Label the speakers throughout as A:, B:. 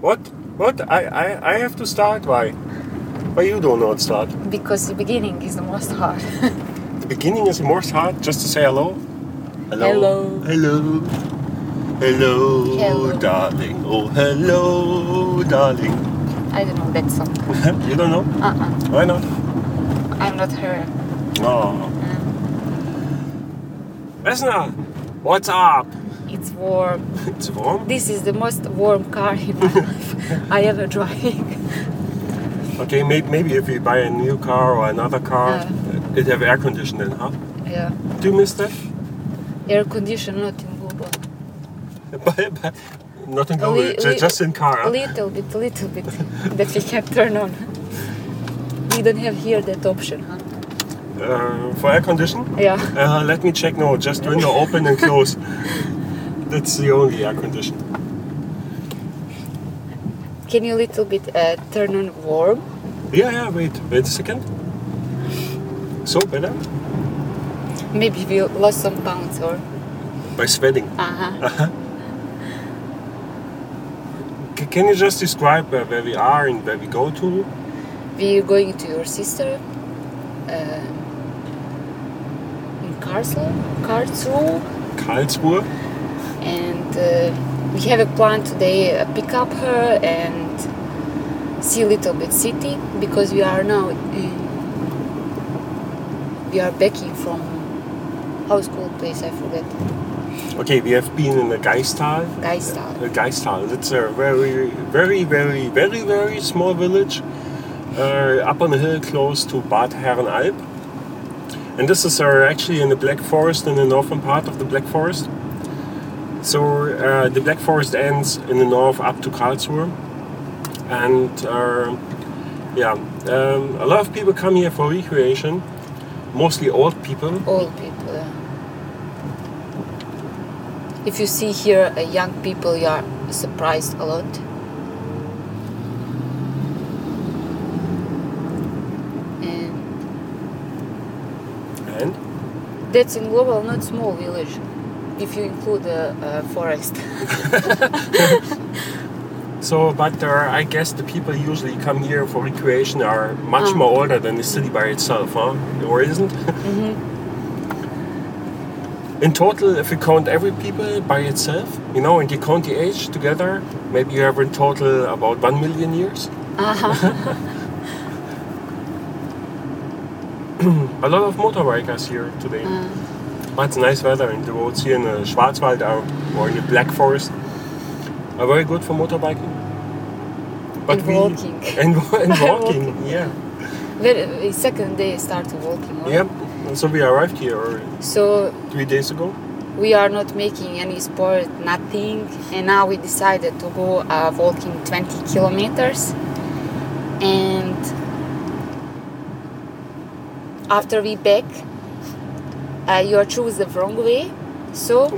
A: What? What? I, I, I have to start? Why? Why you do not start?
B: because the beginning is the most hard.
A: The beginning is more hard just to say hello.
B: Hello.
A: Hello. Hello,
B: Hello.
A: darling. Oh, hello, darling.
B: I don't know that song.
A: you don't know?
B: Uh-uh.
A: Why not?
B: I'm not her.
A: Oh. Vesna, what's up?
B: It's warm.
A: It's warm.
B: This is the most warm car in my life I ever driving.
A: Okay, may- maybe if we buy a new car or another car, it have air conditioning, huh?
B: Yeah.
A: Do you miss that?
B: Air condition not in Google.
A: But- but Not in
B: A
A: Google,
B: li-
A: ju-
B: li-
A: just in car.
B: A
A: huh?
B: little bit, little bit that we can turn on. We don't have here that option, huh?
A: Uh, for air condition?
B: Yeah.
A: Uh, let me check. No, just window open and close. That's the only air condition.
B: Can you little bit uh, turn on warm?
A: Yeah, yeah. Wait, wait a second. So better
B: Maybe we lost some pounds or.
A: by sweating.
B: Uh huh.
A: C- can you just describe uh, where we are and where we go to?
B: We're going to your sister. Uh, in Karlsruhe, Karlsruhe,
A: Karlsruhe.
B: and uh, we have a plan today. Uh, pick up her and see a little bit city because we are now. Uh, we are backing from how school place I forget.
A: Okay, we have been in the Geistal.
B: Geistal.
A: Uh, Geistal. It's a very, very, very, very, very small village uh, up on a hill close to Bad Herrenalb. And this is uh, actually in the Black Forest, in the northern part of the Black Forest. So uh, the Black Forest ends in the north up to Karlsruhe. And uh, yeah, um, a lot of people come here for recreation, mostly old people.
B: all people. yeah. If you see here uh, young people, you are surprised a lot. And
A: And
B: that's in global, not small village, if you include the uh, forest.
A: So, but uh, I guess the people usually come here for recreation are much
B: Mm.
A: more older than the city by itself, huh? Or isn't? In total, if you count every people by itself, you know, and you count the age together, maybe you have in total about one million years.
B: Uh-huh.
A: A lot of motorbikers here today.
B: Mm.
A: But it's nice weather, and the roads here in the Schwarzwald are, or in the Black Forest are very good for motorbiking.
B: And
A: we-
B: walking.
A: And, wa- and walking, yeah.
B: Very, uh, second day I started walking. or-
A: Yeah, so we arrived here
B: So
A: three days ago.
B: we are not making any sport, nothing. And now we decided to go uh, walking 20 kilometers. And after we back, uh, you are choose the wrong way. So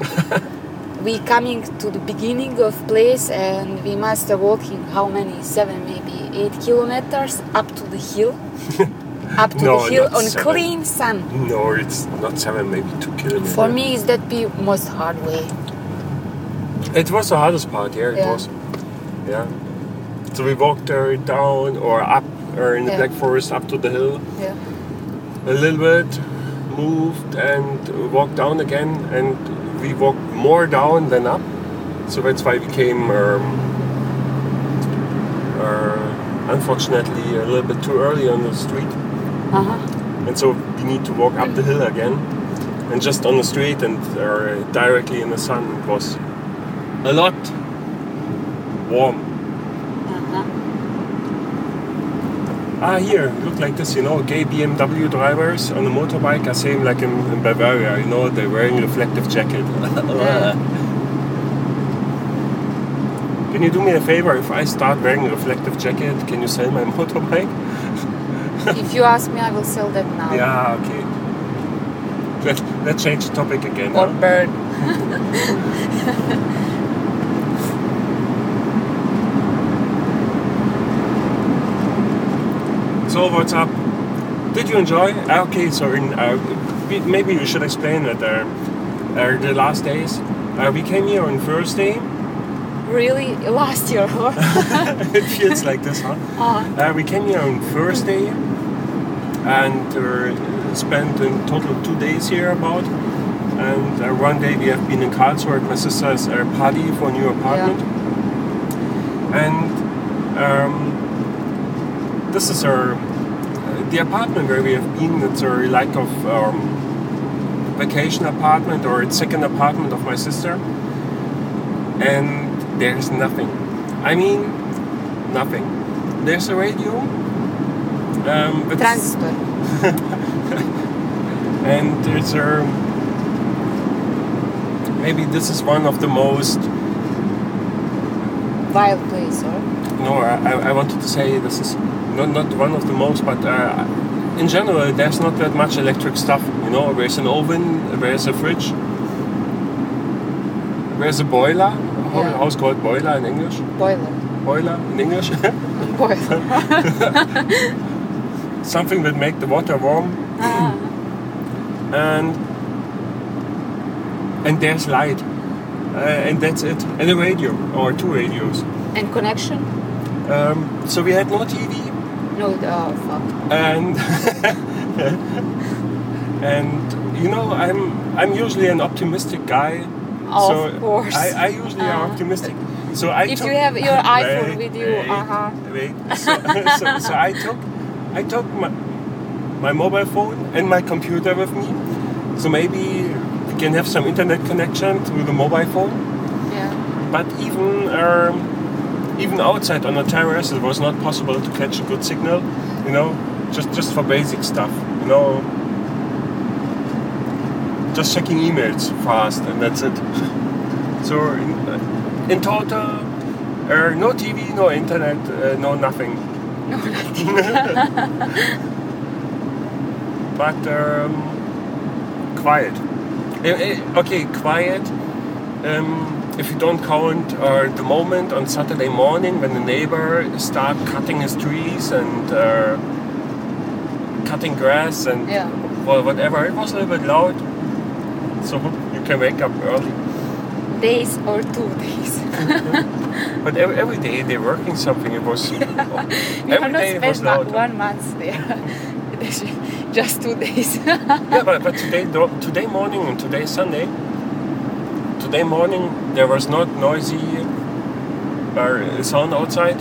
B: we coming to the beginning of place and we must walking how many seven maybe eight kilometers up to the hill, up to
A: No,
B: the hill
A: not
B: on
A: seven.
B: clean sun.
A: No, it's not seven, maybe two kilometers.
B: For me, is that the most hard way.
A: it was the hardest part. Yeah, it
B: Yeah.
A: was. Yeah. So we walked uh, down or up or in the
B: Yeah.
A: Black Forest up to the hill
B: Yeah.
A: a little bit, moved and walked down again, and we walked more down than up. So that's why we came. Um, uh, unfortunately, a little bit too early on the street.
B: Uh huh.
A: and so we need to walk up the hill again and just on the street and uh, directly in the sun it was a lot warm
B: Uh-huh.
A: ah here look like this you know gay bmw drivers on a motorbike are same like in, in bavaria you know they're wearing reflective jacket
B: Yeah.
A: can you do me a favor if i start wearing a reflective jacket can you sell my motorbike
B: if you ask me, I will sell that now.
A: yeah okay Let, let's change the topic again
B: Or
A: huh?
B: burn.
A: So what's up? Did you enjoy? Ah, Okay, so in, uh, we- maybe we should explain that uh, uh, the last days. Uh, we came here on Thursday.
B: really last year. or-
A: it feels like this, huh?
B: Ah,
A: Uh, we came here on Thursday and uh, spent in total two days here about. And uh, one day we have been in Karlsruhe at my sister's uh, party for a new apartment. And um, this is our uh, the apartment where we have been. It's a like of um, vacation apartment or it's second apartment of my sister. And there's nothing. I mean, nothing. There's a radio. Um, but this-
B: transfer.
A: and there's a maybe this is one of the most
B: Wild place, or?
A: no I, I- I wanted to say this is not, not one of the most but uh, in general there's not that much electric stuff you know there's an oven there's a fridge there's a boiler how,
B: Yeah.
A: how's called boiler in english
B: Boiler.
A: boiler in english
B: Boiler.
A: something that make the water warm
B: Ah,
A: and and there's light uh, and that's it and a radio or two radios
B: and connection?
A: Um, so we had no TV
B: No, oh fuck.
A: and and you know I'm I'm usually an optimistic guy.
B: Of
A: so
B: course.
A: I, I usually am
B: Uh,
A: optimistic. So I
B: if
A: took,
B: you have your iPhone
A: Wait,
B: with you,
A: wait,
B: uh-huh.
A: Wait. So, so, so I took I took my my mobile phone and my computer with me. So maybe we can have some internet connection through the mobile phone
B: yeah.
A: but even um, even outside on the terrace, it was not possible to catch a good signal. You know, just just for basic stuff. You know, just checking emails fast, and that's it. So in, in total, uh, no TV, no internet, uh, no nothing.
B: No, nothing.
A: but um, quiet. Eh, eh, Okay, quiet. Um, if you don't count uh, the moment on Saturday morning when the neighbor start cutting his trees and uh, cutting grass and
B: Yeah.
A: wha- whatever, it was a little bit loud. So you can wake up early.
B: Days or two days.
A: But every, every day they're working something. It was
B: We
A: every
B: cannot
A: day it was
B: spend mo-
A: loud.
B: one month there. Just two days.
A: yeah, but, but today, do- today morning and today Sunday, today morning there was not noisy or sound outside,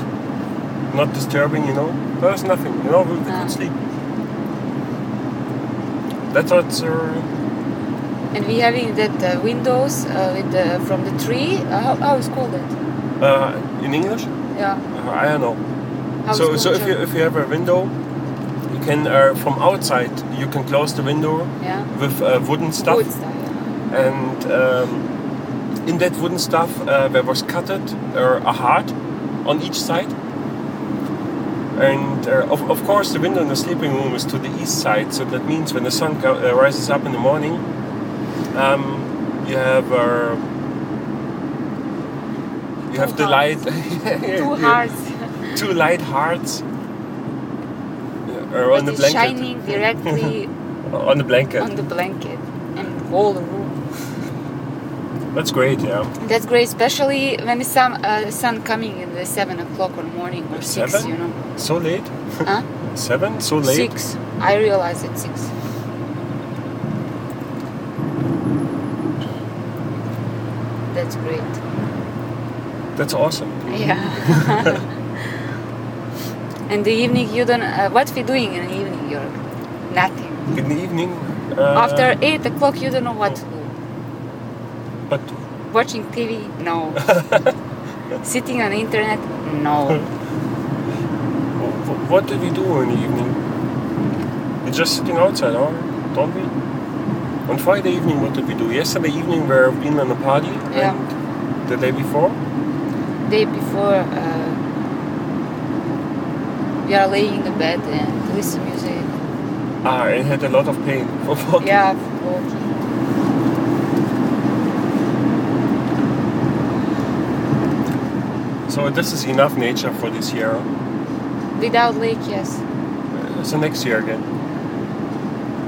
A: not disturbing, you know. There was nothing, you know. We, we
B: Ah.
A: could sleep. That's what's uh,
B: and we having that uh, windows uh, with the, from the tree. Uh, how, how is called that?
A: uh, in English.
B: Yeah.
A: Uh, I don't know.
B: How
A: so
B: it's
A: so
B: called
A: if you
B: in
A: if you have a window, you can uh, from outside you can close the window
B: German. yeah.
A: with uh, wooden stuff.
B: Wood style.
A: and um, in that wooden stuff uh, there was cutted uh, a heart on each side and uh, of, of course the window in the sleeping room is to the east side so that means when the sun co- uh, rises up in the morning um, you have uh, you have
B: Two
A: the light
B: hearts. Two hearts.
A: two light hearts uh, are on
B: but
A: the
B: it's
A: blanket
B: shining directly
A: on the blanket
B: on the blanket and whole room.
A: that's great yeah
B: That's great, especially when the sun, uh, the sun coming in the seven o'clock or morning or six,
A: Seven?
B: you know.
A: so late
B: Huh?
A: seven so late
B: Six. I realize it's six. That's great.
A: That's awesome.
B: Yeah. and the evening you don't. Uh, what we doing in the evening, York? Nothing.
A: In the evening. Uh,
B: After eight o'clock, you don't know what to do.
A: But
B: Watching TV? No. Sitting on internet? No.
A: wh- wh- what do we do in the evening? We're just sitting outside, or don't we? On Friday evening, what did we do? Yesterday evening, we have been on a party.
B: Yeah.
A: And the day before,
B: day before uh, we are laying in bed and listen music.
A: ah, I had a lot of pain for walking.
B: Yeah, walking.
A: So this is enough nature for this year.
B: Without lake, yes.
A: Uh, So next year again.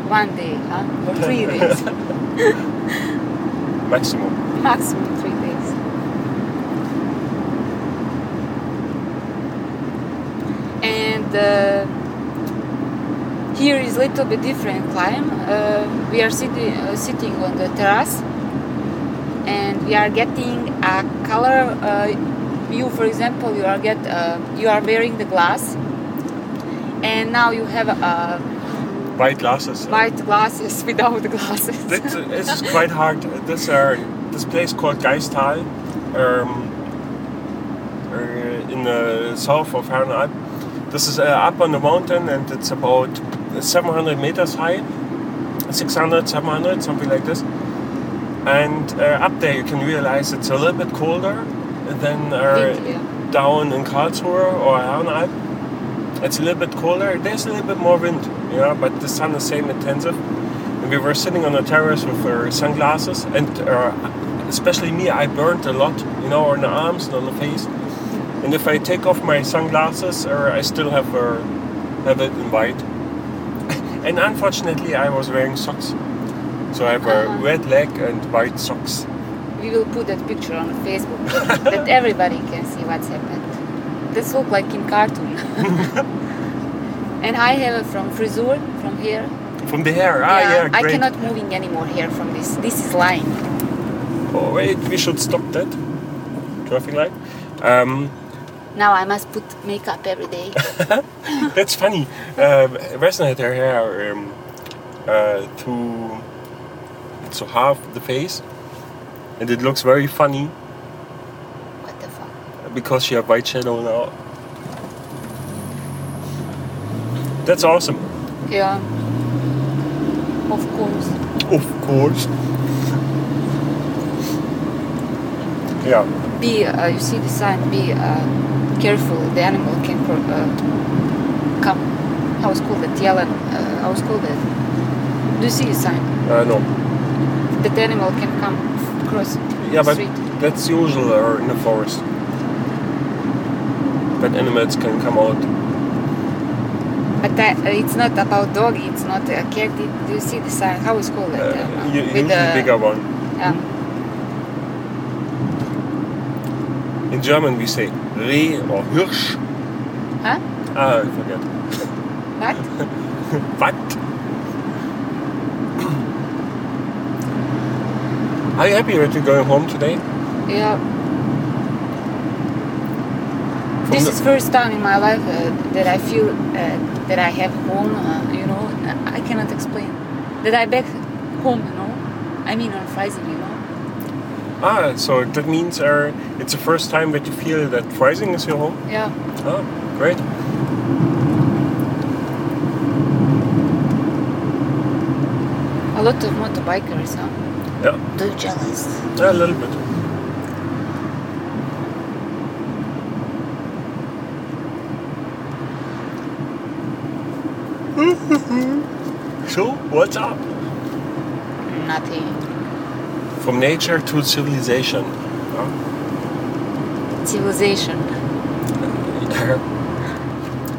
B: One day, huh? Or three days.
A: Maximum.
B: Maximum three days. and uh, here is little bit different climb. Uh, we are sitting uh, sitting on the terrace, and we are getting a color uh, view. For example, you are get uh, you are wearing the glass, and now you have uh,
A: White glasses.
B: white glasses without glasses.
A: That's, it's quite hard. This uh, this place called Geistal, um, uh, in the south of Herrenalp. This is uh, up on the mountain and it's about 700 meters high, 600, 700, something like this. And uh, up there you can realize it's a little bit colder than
B: Windy,
A: uh,
B: yeah.
A: down in Karlsruhe or Herrenalp. It's a little bit colder. There's a little bit more wind, yeah, but the sun is same intensive. And we were sitting on a terrace with uh, sunglasses, and uh, especially me, I burned a lot, you know, on the arms and on the face. And if I take off my sunglasses, uh, I still have uh, have it in white. and unfortunately, I was wearing socks, so I have a
B: Uh-huh.
A: red leg and white socks.
B: We will put that picture on Facebook that everybody can see what's happened. This look like in cartoon. and I have it from Frisur, from here.
A: From the hair, ah, yeah,
B: I
A: great.
B: cannot moving anymore here from this. This is lying.
A: Oh wait, we should stop that traffic light. Um,
B: Now I must put makeup every day.
A: That's funny. Um, Vesna had her hair um, uh, to so half the face, and it looks very funny
B: what the fuck?
A: because she have white shadow now. That's awesome.
B: Yeah. Of course.
A: Of course. Yeah.
B: Be uh, you see the sign. Be uh, careful. The animal can pro- uh, come. How is called that? Yellow. Uh, how is called that? Do you see the sign?
A: Uh, no.
B: that animal can come cross
A: Yeah,
B: the
A: but
B: street.
A: that's usual uh, in the forest. But animals can come out.
B: But that, uh, it's not about dog. It's not a cat. It, do you see the sign? How is called that?
A: Uh,
B: uh,
A: u-
B: with
A: usually
B: the-
A: bigger one.
B: Um,
A: In German we say Reh or Hirsch.
B: huh?
A: Ah, I forget.
B: What?
A: What? Are you happy that you're going home today?
B: Yeah.
A: From
B: This
A: the-
B: is first time in my life uh, that I feel uh, that I have home. Uh, you know, I cannot explain that I back home. You know, I mean on Friday. You know,
A: Ah, so that means uh, it's the first time that you feel that Freising is your home?
B: yeah.
A: Ah, great.
B: A lot of motorbikers. Huh?
A: Yeah,
B: Do you jealous?
A: a little bit. so, what's up?
B: Nothing.
A: From nature to civilization. Yeah.
B: Civilization.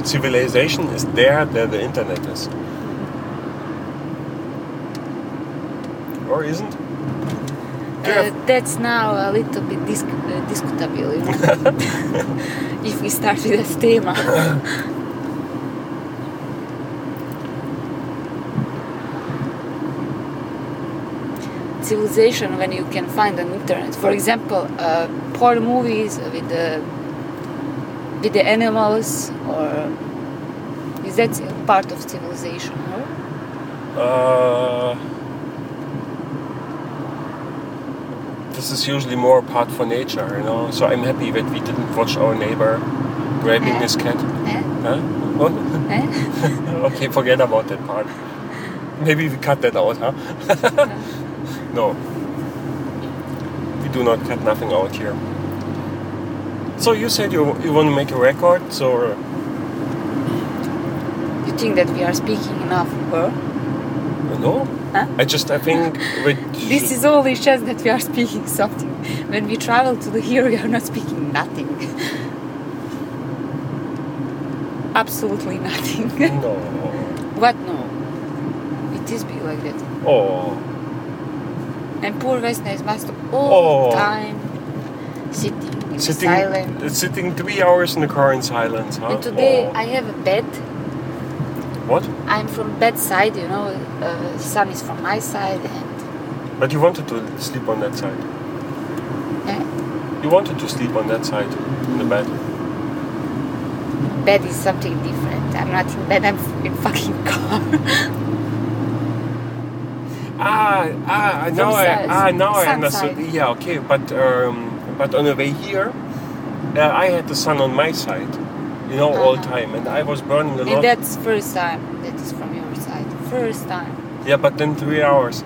A: Civilization is there where the internet is. Or isn't?
B: Uh,
A: Yeah.
B: that's now a little bit dis- uh, discutable you know, if we start with this theme. Civilization when you can find on internet. For example, uh, porn movies with the with the animals, or is that part of civilization? No?
A: Uh, this is usually more apart for nature, you know. So I'm happy that we didn't watch our neighbor grabbing his cat.
B: Eh?
A: Huh? What?
B: Eh?
A: okay, forget about that part. Maybe we cut that out, huh? no. We do not cut nothing out here. So you said you, you want to make a record, so
B: You think that we are speaking enough,
A: uh,
B: or?
A: no?
B: Huh?
A: I just I think with
B: This is only just that we are speaking something. When we travel to the here, we are not speaking nothing. Absolutely nothing.
A: no.
B: what no? It is be like that.
A: Oh,
B: And poor Vesna is must all
A: Oh.
B: time sitting We were
A: Sitting,
B: silent.
A: it's sitting three hours in the car in silence. Huh?
B: And today
A: Oh.
B: I have a bed.
A: What?
B: I'm from bed side, you know. Uh, sun is from my side, and
A: But you wanted to sleep on that side.
B: eh,
A: You wanted to sleep on that side in the bed.
B: bed is something different. I'm not in bed. I'm f- in fucking car.
A: Ah, ah, now I,
B: south,
A: ah, now I
B: sun
A: understood.
B: side.
A: Yeah, okay, but um, but on the way here, uh, I had the sun on my side, you know, all
B: Uh-huh.
A: time, and I was burning a lot.
B: and that's first time. That is from your side. First time.
A: yeah, but then three hours.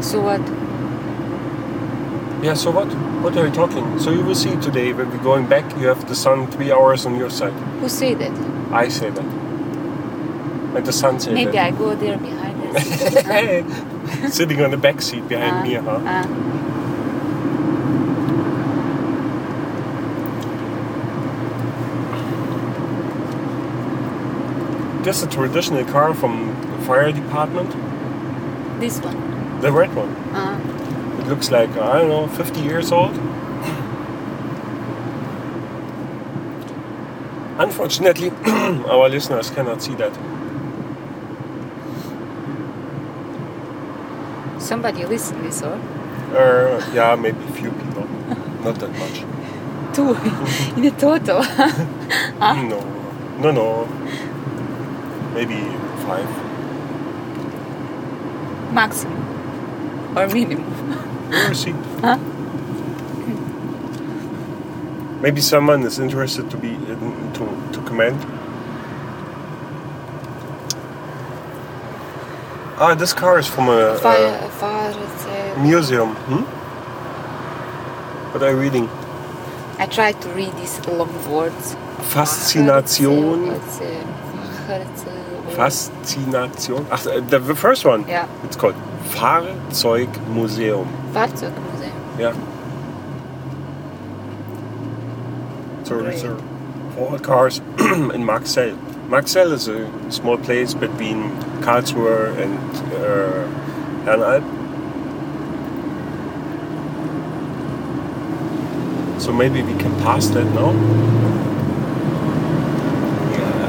B: So what?
A: Yeah, so what? What are you talking? So you will see today when we're going back. You have the sun three hours on your side.
B: Who say that?
A: I say that, and the sun say
B: Maybe
A: that.
B: I go there behind us.
A: Sitting on the back seat behind me,
B: Ah. Uh,
A: huh? This is a traditional car from the fire department,
B: this one.
A: the red one.
B: Uh,
A: It looks like, I don't know, 50 years old. Unfortunately, our listeners cannot see that.
B: somebody listen this or
A: Uh, yeah, maybe a few people. Not that much.
B: two in a total.
A: No, no, no. Maybe five.
B: maximum or minimum.
A: We'll see. Maybe someone is interested to be in, to to comment. Ah, this car is from a, a
B: Fire, fire. uh,
A: museum. Hmm? What are you reading?
B: I try to read these long words. Uh,
A: Faszination.
B: Fast.
A: Faszination. Ach, the, the first one.
B: Yeah.
A: It's called Fahrzeugmuseum.
B: Fahrzeugmuseum.
A: Yeah. So
B: Great.
A: reserve for all cars in Marxell. Marxell is a small place between Karlsruhe and uh, Hernalp. So maybe we can pass that now.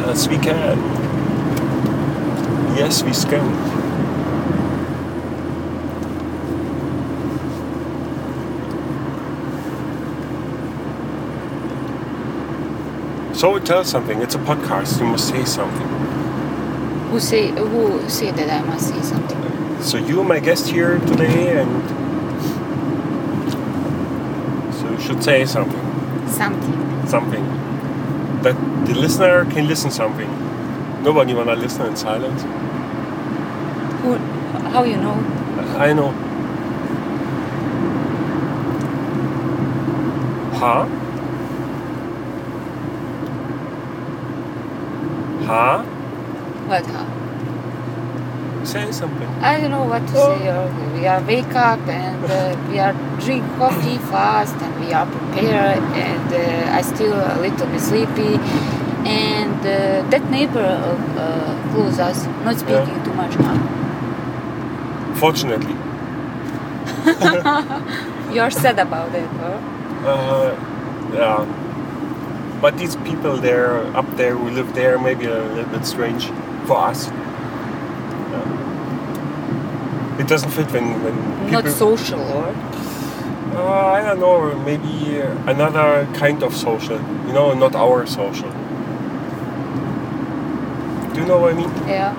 A: Yes, we can. Yes, we can. So tell something. It's a podcast. You must say something.
B: Who say who say that I must say something?
A: So you, my guest here today, and so you should say something,
B: Something.
A: something that the listener can listen something. Nobody wanna listen in silence.
B: Who? How you know?
A: I know. Ha. Ha.
B: What? How?
A: Say something.
B: I don't know what to
A: Oh.
B: say. or We are wake up and uh, we are drink coffee fast and we are prepared and uh, I still a little bit sleepy. And uh, that neighbor uh, uh, close us, not speaking too much. Huh?
A: Fortunately.
B: You're sad about it, huh?
A: Uh, yeah. But these people there, up there, who live there, maybe a little bit strange for us. Yeah. It doesn't fit when, when people.
B: Not social, or
A: Uh, I don't know. Maybe uh, another kind of social. You know, not our social. Do you know what I mean?
B: yeah.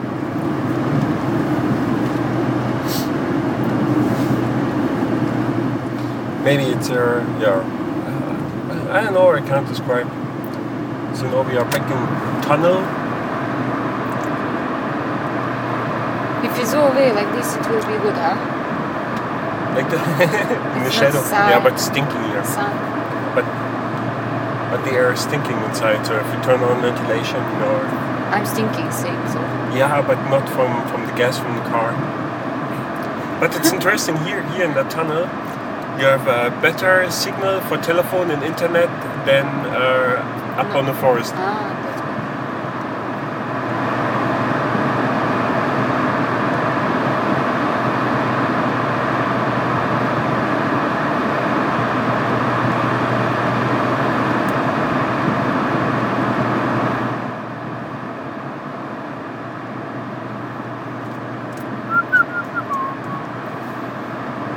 A: Maybe it's a yeah. Uh, I- I don't know. I can't describe. So now we are back in tunnel.
B: If you go away like this, it will be good, huh?
A: Like the in the
B: It's
A: shadow.
B: not sad.
A: Yeah, but stinky here.
B: Sun.
A: But the air is stinking inside. So if you turn on ventilation, you know.
B: I'm thinking, same. So
A: Yeah, but not from from the gas from the car. But it's interesting here here in the tunnel. You have a better signal for telephone and internet than uh, up on the forest.
B: ah, that's good.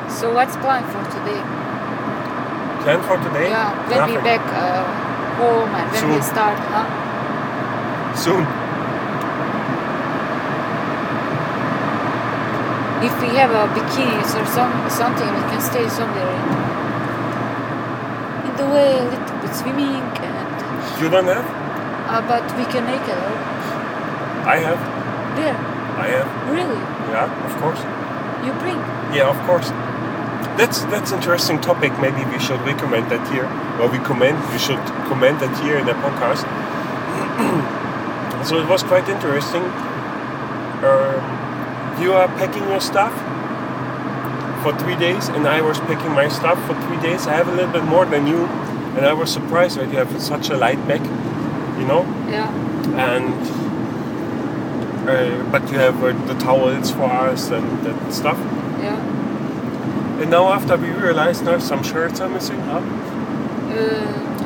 B: So what's plan for today?
A: Plan for today?
B: Yeah, when we
A: Nothing.
B: back uh, home and when we
A: Soon.
B: start, huh?
A: Soon.
B: If we have a bikinis or some something, we can stay somewhere in, in the way, a little bit swimming, and
A: You don't have?
B: uh, but we can make it uh,
A: I have.
B: there.
A: I have.
B: Really,
A: Yeah, of course.
B: you bring?
A: Yeah, of course. That's that's interesting topic. Maybe we should recommend that here. Well, we comment. We should comment that here in the podcast. so it was quite interesting. Um, you are packing your stuff for three days, and I was packing my stuff for three days. I have a little bit more than you, and I was surprised that you have such a light bag. You know,
B: Yeah,
A: and uh, but you have uh, the towels for us and that stuff.
B: yeah.
A: And now after we realized now some shirts are missing, huh?
B: Uh,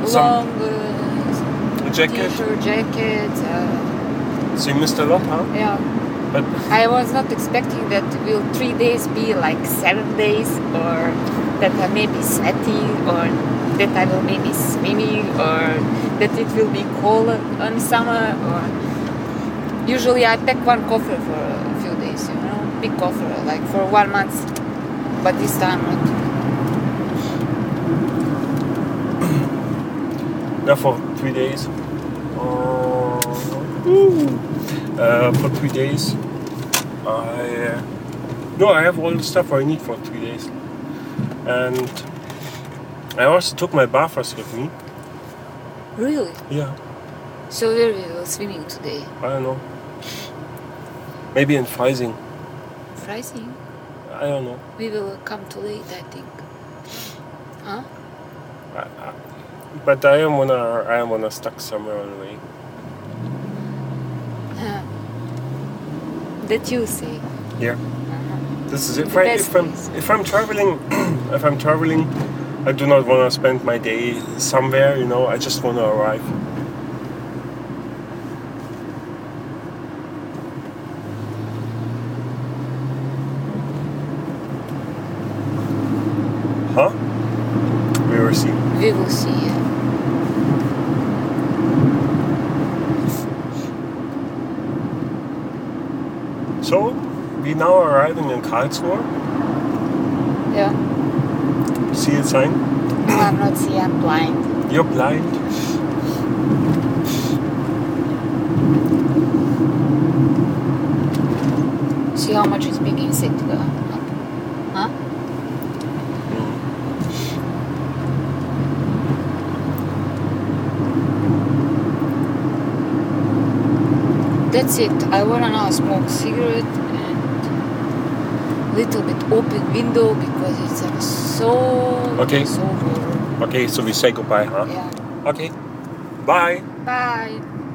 A: Some-
B: long uh,
A: A jacket.
B: t-shirt, jacket. Uh,
A: So you missed a lot, huh?
B: yeah.
A: But
B: I was not expecting that will three days be like seven days, or that I may be sweaty, or that I will maybe swimming, or that it will be cold on summer. Or usually I pack one coffer for a few days, you know, big coffer, like for one month. But this time not.
A: now for three days. Oh. Uh, for three days. I uh, no, I have all the stuff I need for three days. And I also took my bathers with me.
B: Really?
A: Yeah,
B: So where we will swimming today?
A: I don't know. Maybe in Freising.
B: Freising.
A: I don't know.
B: We will come too late, I think. Huh?
A: But I am wanna I am wanna stuck somewhere on the way.
B: That you say.
A: Yeah. This is if,
B: The
A: I,
B: best
A: if I'm
B: place.
A: if I'm traveling, if I'm traveling, I do not want to spend my day somewhere. You know, I just want to arrive. Huh? We will see.
B: We will see. yeah.
A: So we now arriving in Karlsruhe.
B: Yeah.
A: See a sign.
B: No, I'm not see, I'm blind.
A: You're blind.
B: See how much is big insect. uh, up. Huh? That's it. I wanna now smoke cigarette and little bit open window because it's uh, so
A: Okay.
B: so warm.
A: Okay, so we say goodbye, huh?
B: Yeah.
A: Okay. Bye.
B: Bye.